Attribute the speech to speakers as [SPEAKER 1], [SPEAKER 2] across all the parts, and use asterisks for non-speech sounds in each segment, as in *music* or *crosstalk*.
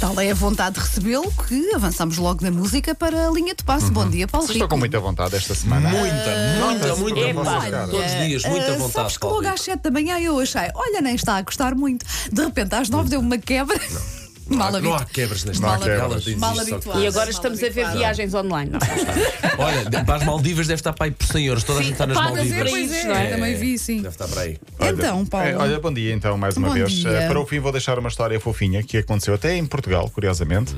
[SPEAKER 1] Tal é a vontade de recebê-lo que avançamos logo da música para a linha de passo. Bom dia, Paulo
[SPEAKER 2] Uhum. Vocês estão
[SPEAKER 1] Rico.
[SPEAKER 2] com muita vontade esta semana.
[SPEAKER 3] Muita, muita, muita
[SPEAKER 2] Epá,
[SPEAKER 3] vontade.
[SPEAKER 2] olha,
[SPEAKER 3] Todos os dias, muita
[SPEAKER 1] Ah,
[SPEAKER 3] vontade.
[SPEAKER 1] Sabes que
[SPEAKER 3] Paulo
[SPEAKER 1] logo às
[SPEAKER 3] Rico.
[SPEAKER 1] 7 da manhã eu achei, olha, nem está a gostar muito. De repente, às 9 deu uma quebra. *laughs* Mal
[SPEAKER 3] Não há
[SPEAKER 1] habituado.
[SPEAKER 3] quebras nesta
[SPEAKER 2] Não há
[SPEAKER 3] vida. Ela
[SPEAKER 2] quebras.
[SPEAKER 3] diz
[SPEAKER 1] Mal
[SPEAKER 3] isso, só que-
[SPEAKER 1] habituado.
[SPEAKER 4] E agora
[SPEAKER 1] Mal
[SPEAKER 4] estamos a ver
[SPEAKER 1] habituado.
[SPEAKER 4] viagens online.
[SPEAKER 3] *laughs* Olha, para as Maldivas deve estar para aí por 100 euros. Toda a gente está nas
[SPEAKER 4] pagas
[SPEAKER 3] Maldivas.
[SPEAKER 4] é por isso, não
[SPEAKER 1] é?
[SPEAKER 3] É,
[SPEAKER 1] Também vi, sim.
[SPEAKER 3] Deve estar para aí.
[SPEAKER 2] Olha,
[SPEAKER 1] Então, Paulo.
[SPEAKER 2] é, olha, bom dia então, mais uma
[SPEAKER 1] Bom
[SPEAKER 2] vez.
[SPEAKER 1] dia.
[SPEAKER 2] Eh, para o fim, vou deixar uma história fofinha que aconteceu até em Portugal, curiosamente.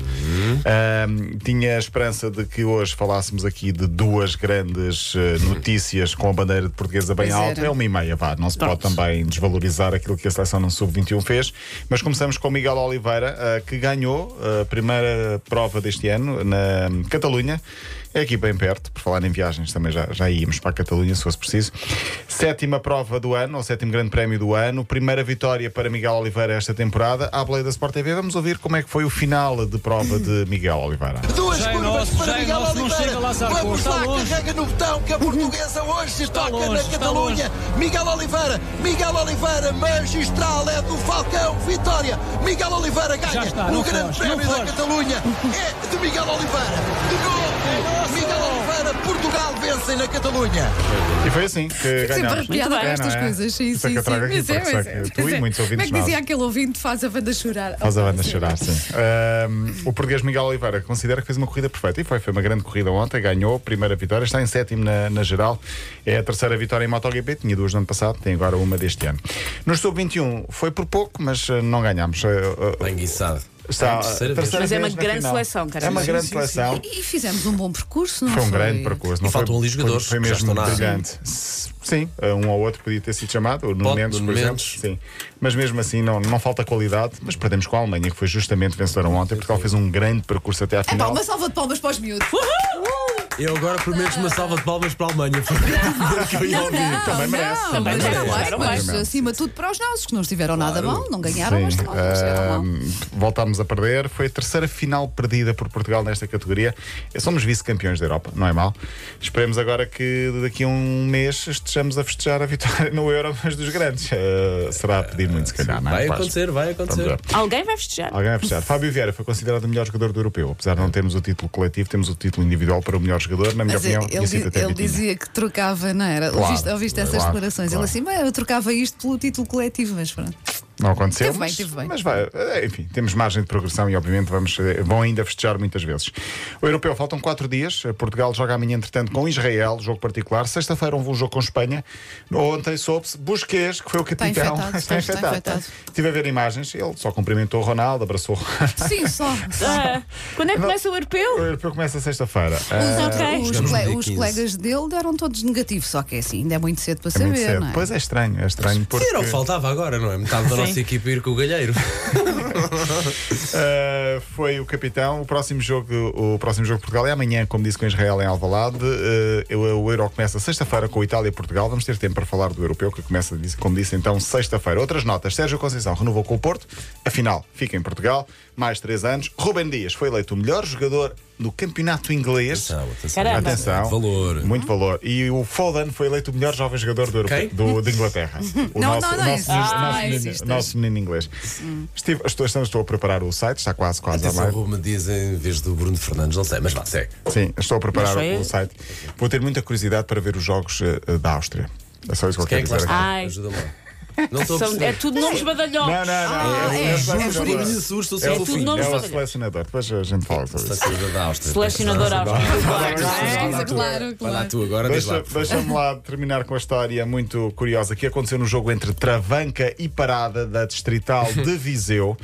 [SPEAKER 2] Ahm, tinha a esperança de que hoje falássemos aqui de duas grandes eh, notícias com a bandeira de portuguesa bem
[SPEAKER 1] Pois
[SPEAKER 2] alta.
[SPEAKER 1] era.
[SPEAKER 2] É uma e meia, vá. Não se pode também desvalorizar aquilo que a seleção no Sub-21 fez. Mas começamos com Miguel Oliveira, ah, que ganhou a primeira prova deste ano na hum, Catalunha. É aqui bem perto, por falar em viagens também já, já íamos para a Catalunha se fosse preciso. Sétima prova do ano, ou sétimo grande prémio do ano. Primeira vitória para Miguel Oliveira esta temporada. À Play da Sport TV, vamos ouvir como é que foi o final de
[SPEAKER 1] *laughs*
[SPEAKER 2] prova de Miguel Oliveira.
[SPEAKER 5] Duas
[SPEAKER 6] Já é
[SPEAKER 5] curvas
[SPEAKER 6] nosso,
[SPEAKER 5] para
[SPEAKER 6] já é
[SPEAKER 5] Miguel
[SPEAKER 6] nosso, não
[SPEAKER 5] Oliveira.
[SPEAKER 6] chega lá, Sarko,
[SPEAKER 5] Vamos
[SPEAKER 6] está
[SPEAKER 5] lá,
[SPEAKER 6] longe.
[SPEAKER 5] carrega no botão que a portuguesa hoje se toca
[SPEAKER 6] longe,
[SPEAKER 5] na
[SPEAKER 6] está
[SPEAKER 5] Catalunha. Miguel Oliveira, Miguel Oliveira, magistral é do Falcão, vitória. Miguel Oliveira ganha
[SPEAKER 6] Já está,
[SPEAKER 5] no
[SPEAKER 6] não
[SPEAKER 5] Grande
[SPEAKER 6] foge,
[SPEAKER 5] Prémio
[SPEAKER 6] não
[SPEAKER 5] da
[SPEAKER 6] foge.
[SPEAKER 5] Catalunha. É de Miguel Oliveira. De novo, Miguel Oliveira, Portugal vence na Catalunha.
[SPEAKER 2] E foi assim que
[SPEAKER 1] Sempre
[SPEAKER 2] ganhamos.
[SPEAKER 1] arrepiada com
[SPEAKER 2] É, não
[SPEAKER 1] estas
[SPEAKER 2] é?
[SPEAKER 1] coisas. Sim,
[SPEAKER 2] Isso é
[SPEAKER 1] sim,
[SPEAKER 2] que eu
[SPEAKER 1] sim.
[SPEAKER 2] trago aqui,
[SPEAKER 1] Mas é,
[SPEAKER 2] porque
[SPEAKER 1] mas
[SPEAKER 2] sei
[SPEAKER 1] é.
[SPEAKER 2] que tu
[SPEAKER 1] Mas
[SPEAKER 2] e
[SPEAKER 1] é.
[SPEAKER 2] muitos
[SPEAKER 1] Como é
[SPEAKER 2] ouvintes
[SPEAKER 1] que dizia
[SPEAKER 2] nossos.
[SPEAKER 1] aquele ouvinte? Faz a banda chorar.
[SPEAKER 2] Faz a
[SPEAKER 1] Opa,
[SPEAKER 2] banda
[SPEAKER 1] sim.
[SPEAKER 2] chorar, sim. Ahm, o português Miguel Oliveira considera que fez uma corrida perfeita e foi, foi uma grande corrida ontem, ganhou, primeira vitória, está em sétimo na, na geral, é a terceira vitória em MotoGP, tinha duas no ano passado, tem agora uma deste ano. No Sub-21 foi por pouco, mas eh, não ganhámos. Eh, eh,
[SPEAKER 3] Bem guiçado.
[SPEAKER 2] Está
[SPEAKER 3] É a
[SPEAKER 2] a
[SPEAKER 3] terceira vez.
[SPEAKER 4] Mas é uma
[SPEAKER 2] vez na
[SPEAKER 4] grande
[SPEAKER 2] final.
[SPEAKER 4] seleção, cara.
[SPEAKER 2] É uma
[SPEAKER 4] Sim,
[SPEAKER 2] grande
[SPEAKER 3] sim, sim.
[SPEAKER 2] seleção.
[SPEAKER 1] E, e fizemos um bom percurso, não
[SPEAKER 2] Foi
[SPEAKER 1] foi?
[SPEAKER 2] um grande percurso. Não
[SPEAKER 3] E faltam
[SPEAKER 2] foi,
[SPEAKER 3] ali jogadores
[SPEAKER 2] Foi, foi
[SPEAKER 3] que já
[SPEAKER 2] mesmo
[SPEAKER 3] estão na área.
[SPEAKER 2] brilhante. S- Sim, um ou outro podia ter sido chamado, o Nuno
[SPEAKER 3] Pode,
[SPEAKER 2] Mendes, por
[SPEAKER 3] Nuno
[SPEAKER 2] exemplo.
[SPEAKER 3] Mendes.
[SPEAKER 2] Sim. Mas mesmo assim, não, não falta qualidade. Mas perdemos com a Alemanha, que foi justamente vencedora ontem. Portugal fez um grande percurso até à
[SPEAKER 1] Pá,
[SPEAKER 2] final.
[SPEAKER 1] uma salva de palmas para os miúdos.
[SPEAKER 3] Eu agora prometo uma salva de palmas para a Alemanha. Foi o que eu ia
[SPEAKER 1] Não,
[SPEAKER 3] ouvir.
[SPEAKER 1] não,
[SPEAKER 2] também
[SPEAKER 1] não,
[SPEAKER 2] merece,
[SPEAKER 1] mas
[SPEAKER 2] também
[SPEAKER 1] está
[SPEAKER 2] merece.
[SPEAKER 1] bem,
[SPEAKER 2] Claro,
[SPEAKER 1] mas
[SPEAKER 2] merece.
[SPEAKER 1] acima de tudo para os nossos, que não estiveram nada mal, não ganharam, mas
[SPEAKER 2] Sim,
[SPEAKER 1] também não estiveram
[SPEAKER 2] ah,
[SPEAKER 1] mal.
[SPEAKER 2] voltámos a perder. Foi a terceira final perdida por Portugal nesta categoria. Eh, Somos vice-campeões da Europa, não é mal. Esperemos agora que daqui a um mês estejamos a festejar a vitória no Euro, mas dos grandes. Ah, será a pedir muito, se calhar, não é?
[SPEAKER 3] Vai
[SPEAKER 2] Quase.
[SPEAKER 3] acontecer, vai
[SPEAKER 2] Vamos
[SPEAKER 3] acontecer.
[SPEAKER 2] ver.
[SPEAKER 4] Alguém vai festejar.
[SPEAKER 2] Alguém vai fechar. Fábio Vieira foi considerado o melhor jogador do europeu. Apesar de não termos o título coletivo, temos o título individual para o melhor jogador. Na
[SPEAKER 1] Mas
[SPEAKER 2] minha opinião,
[SPEAKER 1] ele,
[SPEAKER 2] tinha sido
[SPEAKER 1] ele-
[SPEAKER 2] até
[SPEAKER 1] ele
[SPEAKER 2] Vitinha.
[SPEAKER 1] dizia que trocava, não era?
[SPEAKER 2] Claro,
[SPEAKER 1] ouviste ouviste essas
[SPEAKER 2] claro,
[SPEAKER 1] declarações?
[SPEAKER 2] claro.
[SPEAKER 1] Ele assim, "Bem, eu trocava isto pelo título coletivo, mas pronto.
[SPEAKER 2] Não aconteceu.
[SPEAKER 1] Teve bem,
[SPEAKER 2] mas,
[SPEAKER 1] teve bem.
[SPEAKER 2] mas vai, eh, enfim, temos margem de progressão e, obviamente, vamos, eh, vão ainda festejar muitas vezes. O europeu faltam quatro dias. Eh, Portugal joga amanhã, entretanto, com Israel, jogo particular. Sexta-feira, um jogo com Espanha. Ontem soube-se Busquets, que foi o capitão.
[SPEAKER 1] infectado, está- está infectado.
[SPEAKER 2] Estive a ver imagens. Ele só cumprimentou o Ronaldo, abraçou o *laughs*
[SPEAKER 1] *laughs*
[SPEAKER 2] Ronaldo.
[SPEAKER 1] Sim, só.
[SPEAKER 4] Ah, quando é que começa o
[SPEAKER 2] O
[SPEAKER 4] europeu?
[SPEAKER 2] europeu começa sexta-feira.
[SPEAKER 1] Os,
[SPEAKER 2] Eh,
[SPEAKER 1] outros- os
[SPEAKER 3] Jogamos no
[SPEAKER 1] cole-
[SPEAKER 3] dia
[SPEAKER 1] os
[SPEAKER 3] 15.
[SPEAKER 1] colegas dele deram todos negativos, só que é assim, ainda é muito cedo para
[SPEAKER 2] é
[SPEAKER 1] saber,
[SPEAKER 2] muito cedo.
[SPEAKER 1] não é?
[SPEAKER 2] Pois é estranho, é estranho. Porque...
[SPEAKER 3] Sim, era o que faltava agora, não é? Metade da nossa
[SPEAKER 4] Sim.
[SPEAKER 3] equipe ir com o galheiro.
[SPEAKER 2] Uh, foi o capitão. O próximo jogo, o próximo jogo de Portugal é amanhã, como disse com Israel em Alvalade. Uh, o, o Euro começa sexta-feira com Itália e Portugal. Vamos ter tempo para falar do europeu que começa, disse- como disse então, sexta-feira. Outras notas: Sérgio Conceição renovou com o Porto. Afinal, fica em Portugal mais três anos. Ruben Dias foi eleito o melhor jogador do campeonato inglês.
[SPEAKER 3] Atenção, atenção.
[SPEAKER 4] Caramba.
[SPEAKER 2] Atenção,
[SPEAKER 3] Valor.
[SPEAKER 2] muito valor. E o Foden foi eleito o melhor jovem jogador do
[SPEAKER 3] Quem?
[SPEAKER 2] europeu, do, de Inglaterra. O
[SPEAKER 1] Não,
[SPEAKER 2] nosso,
[SPEAKER 1] não, não
[SPEAKER 2] o nosso-
[SPEAKER 1] insistas,
[SPEAKER 2] nosso
[SPEAKER 1] não
[SPEAKER 2] menino-
[SPEAKER 1] insistas.
[SPEAKER 2] nosso menino inglês. Estive, estou, estou, estou a preparar o site, está quase, quase a
[SPEAKER 3] Atenção,
[SPEAKER 2] mais.
[SPEAKER 3] Ruben Dias em vez do Bruno Fernandes, não sei, mas vá, segue.
[SPEAKER 2] Sim, estou a preparar
[SPEAKER 4] Mas foi-
[SPEAKER 2] o site. Vou ter muita curiosidade para ver os jogos eh, eh, da Áustria. É só isso que eu
[SPEAKER 3] Quem é
[SPEAKER 2] quero
[SPEAKER 3] que lá
[SPEAKER 2] dizer. aqui.
[SPEAKER 3] está?
[SPEAKER 4] Ai.
[SPEAKER 3] Ajuda-me lá. Não estou a
[SPEAKER 4] São- é
[SPEAKER 3] perceber.
[SPEAKER 4] tudo nomes
[SPEAKER 2] Não,
[SPEAKER 4] badalhocos.
[SPEAKER 2] não, não.
[SPEAKER 1] Ah,
[SPEAKER 2] é,
[SPEAKER 1] é,
[SPEAKER 2] o
[SPEAKER 1] é por
[SPEAKER 2] selecionador.
[SPEAKER 1] isso.
[SPEAKER 3] assusta,
[SPEAKER 2] É
[SPEAKER 3] sou
[SPEAKER 2] o-
[SPEAKER 4] tudo
[SPEAKER 3] fofinho.
[SPEAKER 4] nomes
[SPEAKER 2] é o
[SPEAKER 4] badalhocos.
[SPEAKER 2] selecionador. Depois a gente fala sobre isso.
[SPEAKER 3] Selecionador Tá da Áustria.
[SPEAKER 4] Selecionador áustrio.
[SPEAKER 1] Claro, claro,
[SPEAKER 3] Vai lá
[SPEAKER 1] claro.
[SPEAKER 3] tu agora, diz lá.
[SPEAKER 2] Deixa- Deixa-me lá terminar com a história muito curiosa que aconteceu no jogo entre Travanca e Parada da Distrital
[SPEAKER 3] *laughs*
[SPEAKER 2] de Viseu.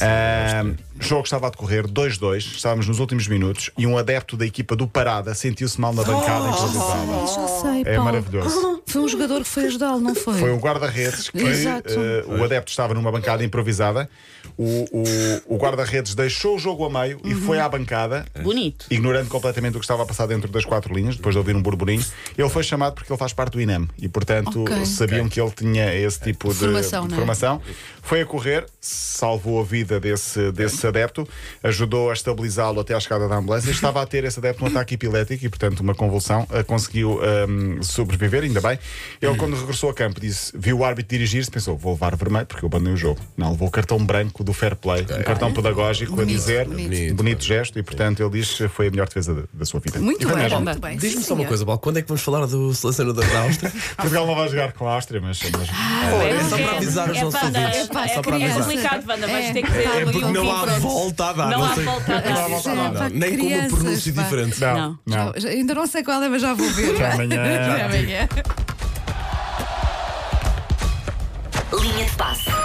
[SPEAKER 2] Ah, O jogo estava a decorrer 2-2, estávamos nos últimos minutos e um adepto da equipa do Parada sentiu-se mal na bancada
[SPEAKER 3] Oh!
[SPEAKER 2] enquanto jogava.
[SPEAKER 1] Ah, Já sei,
[SPEAKER 2] É
[SPEAKER 1] Paulo.
[SPEAKER 2] maravilhoso.
[SPEAKER 1] Foi um jogador que foi ajudá-lo, não foi?
[SPEAKER 2] Foi um guarda-redes que
[SPEAKER 1] Exato.
[SPEAKER 2] eh, o adepto estava numa bancada improvisada. O, o- o guarda-redes deixou o jogo a meio
[SPEAKER 1] Uhum.
[SPEAKER 2] e foi à bancada
[SPEAKER 4] Bonito.
[SPEAKER 2] ignorando completamente o que estava a passar dentro das quatro linhas, depois de ouvir um burburinho, ele foi chamado porque ele faz parte do INAM e, portanto,
[SPEAKER 1] Ok.
[SPEAKER 2] sabiam que ele tinha esse tipo de
[SPEAKER 1] Formação,
[SPEAKER 2] de
[SPEAKER 1] não é?
[SPEAKER 2] formação. Foi a correr, salvou a vida desse, desse adepto, ajudou a estabilizá-lo até à chegada da ambulância. Estava a ter esse adepto um ataque epilético e, portanto, uma eh, ehm, convulsão. Ah, Conseguiu ahm, sobreviver, ainda bem. Ele, quando regressou a campo, disse, viu o árbitro dirigir-se, pensou: vou levar vermelho, porque eu abandonei o jogo. Não, levou o cartão branco do fair play, um cartão pedagógico a
[SPEAKER 1] Bonito,
[SPEAKER 2] dizer,
[SPEAKER 1] bonito.
[SPEAKER 2] bonito, gesto, e portanto ele diz: foi a melhor defesa da, da sua vida.
[SPEAKER 1] Muito
[SPEAKER 2] E foi
[SPEAKER 1] bem,
[SPEAKER 2] mesmo.
[SPEAKER 1] muito bem.
[SPEAKER 3] Diz-me
[SPEAKER 1] Sim,
[SPEAKER 3] só uma
[SPEAKER 1] senhor.
[SPEAKER 3] coisa, Paulo, quando é que vamos falar do selecionador da Áustria?
[SPEAKER 2] Portugal não vai jogar com a Áustria, mas. mas-
[SPEAKER 3] é só para avisar os
[SPEAKER 4] Ah, é,
[SPEAKER 3] nossos
[SPEAKER 4] Wanda,
[SPEAKER 3] ouvintes.
[SPEAKER 4] é, pá,
[SPEAKER 1] Só
[SPEAKER 4] é
[SPEAKER 1] para avisar.
[SPEAKER 4] complicado, Wanda, vais
[SPEAKER 1] É.
[SPEAKER 4] ter um que ver.
[SPEAKER 1] É,
[SPEAKER 3] É porque não há
[SPEAKER 4] Pronto.
[SPEAKER 3] volta a dar.
[SPEAKER 4] Não há
[SPEAKER 3] sei-
[SPEAKER 4] volta a dar.
[SPEAKER 3] Não há volta a dar,
[SPEAKER 1] Isso é para
[SPEAKER 3] não. Nem com uma
[SPEAKER 1] crianças,
[SPEAKER 3] pronúncia
[SPEAKER 1] pá.
[SPEAKER 3] diferente.
[SPEAKER 2] Não, não.
[SPEAKER 1] Já- Ainda Ah, não sei qual é, mas já vou ver.
[SPEAKER 2] Até amanhã.
[SPEAKER 1] *laughs* Até amanhã.
[SPEAKER 6] Linha de passe.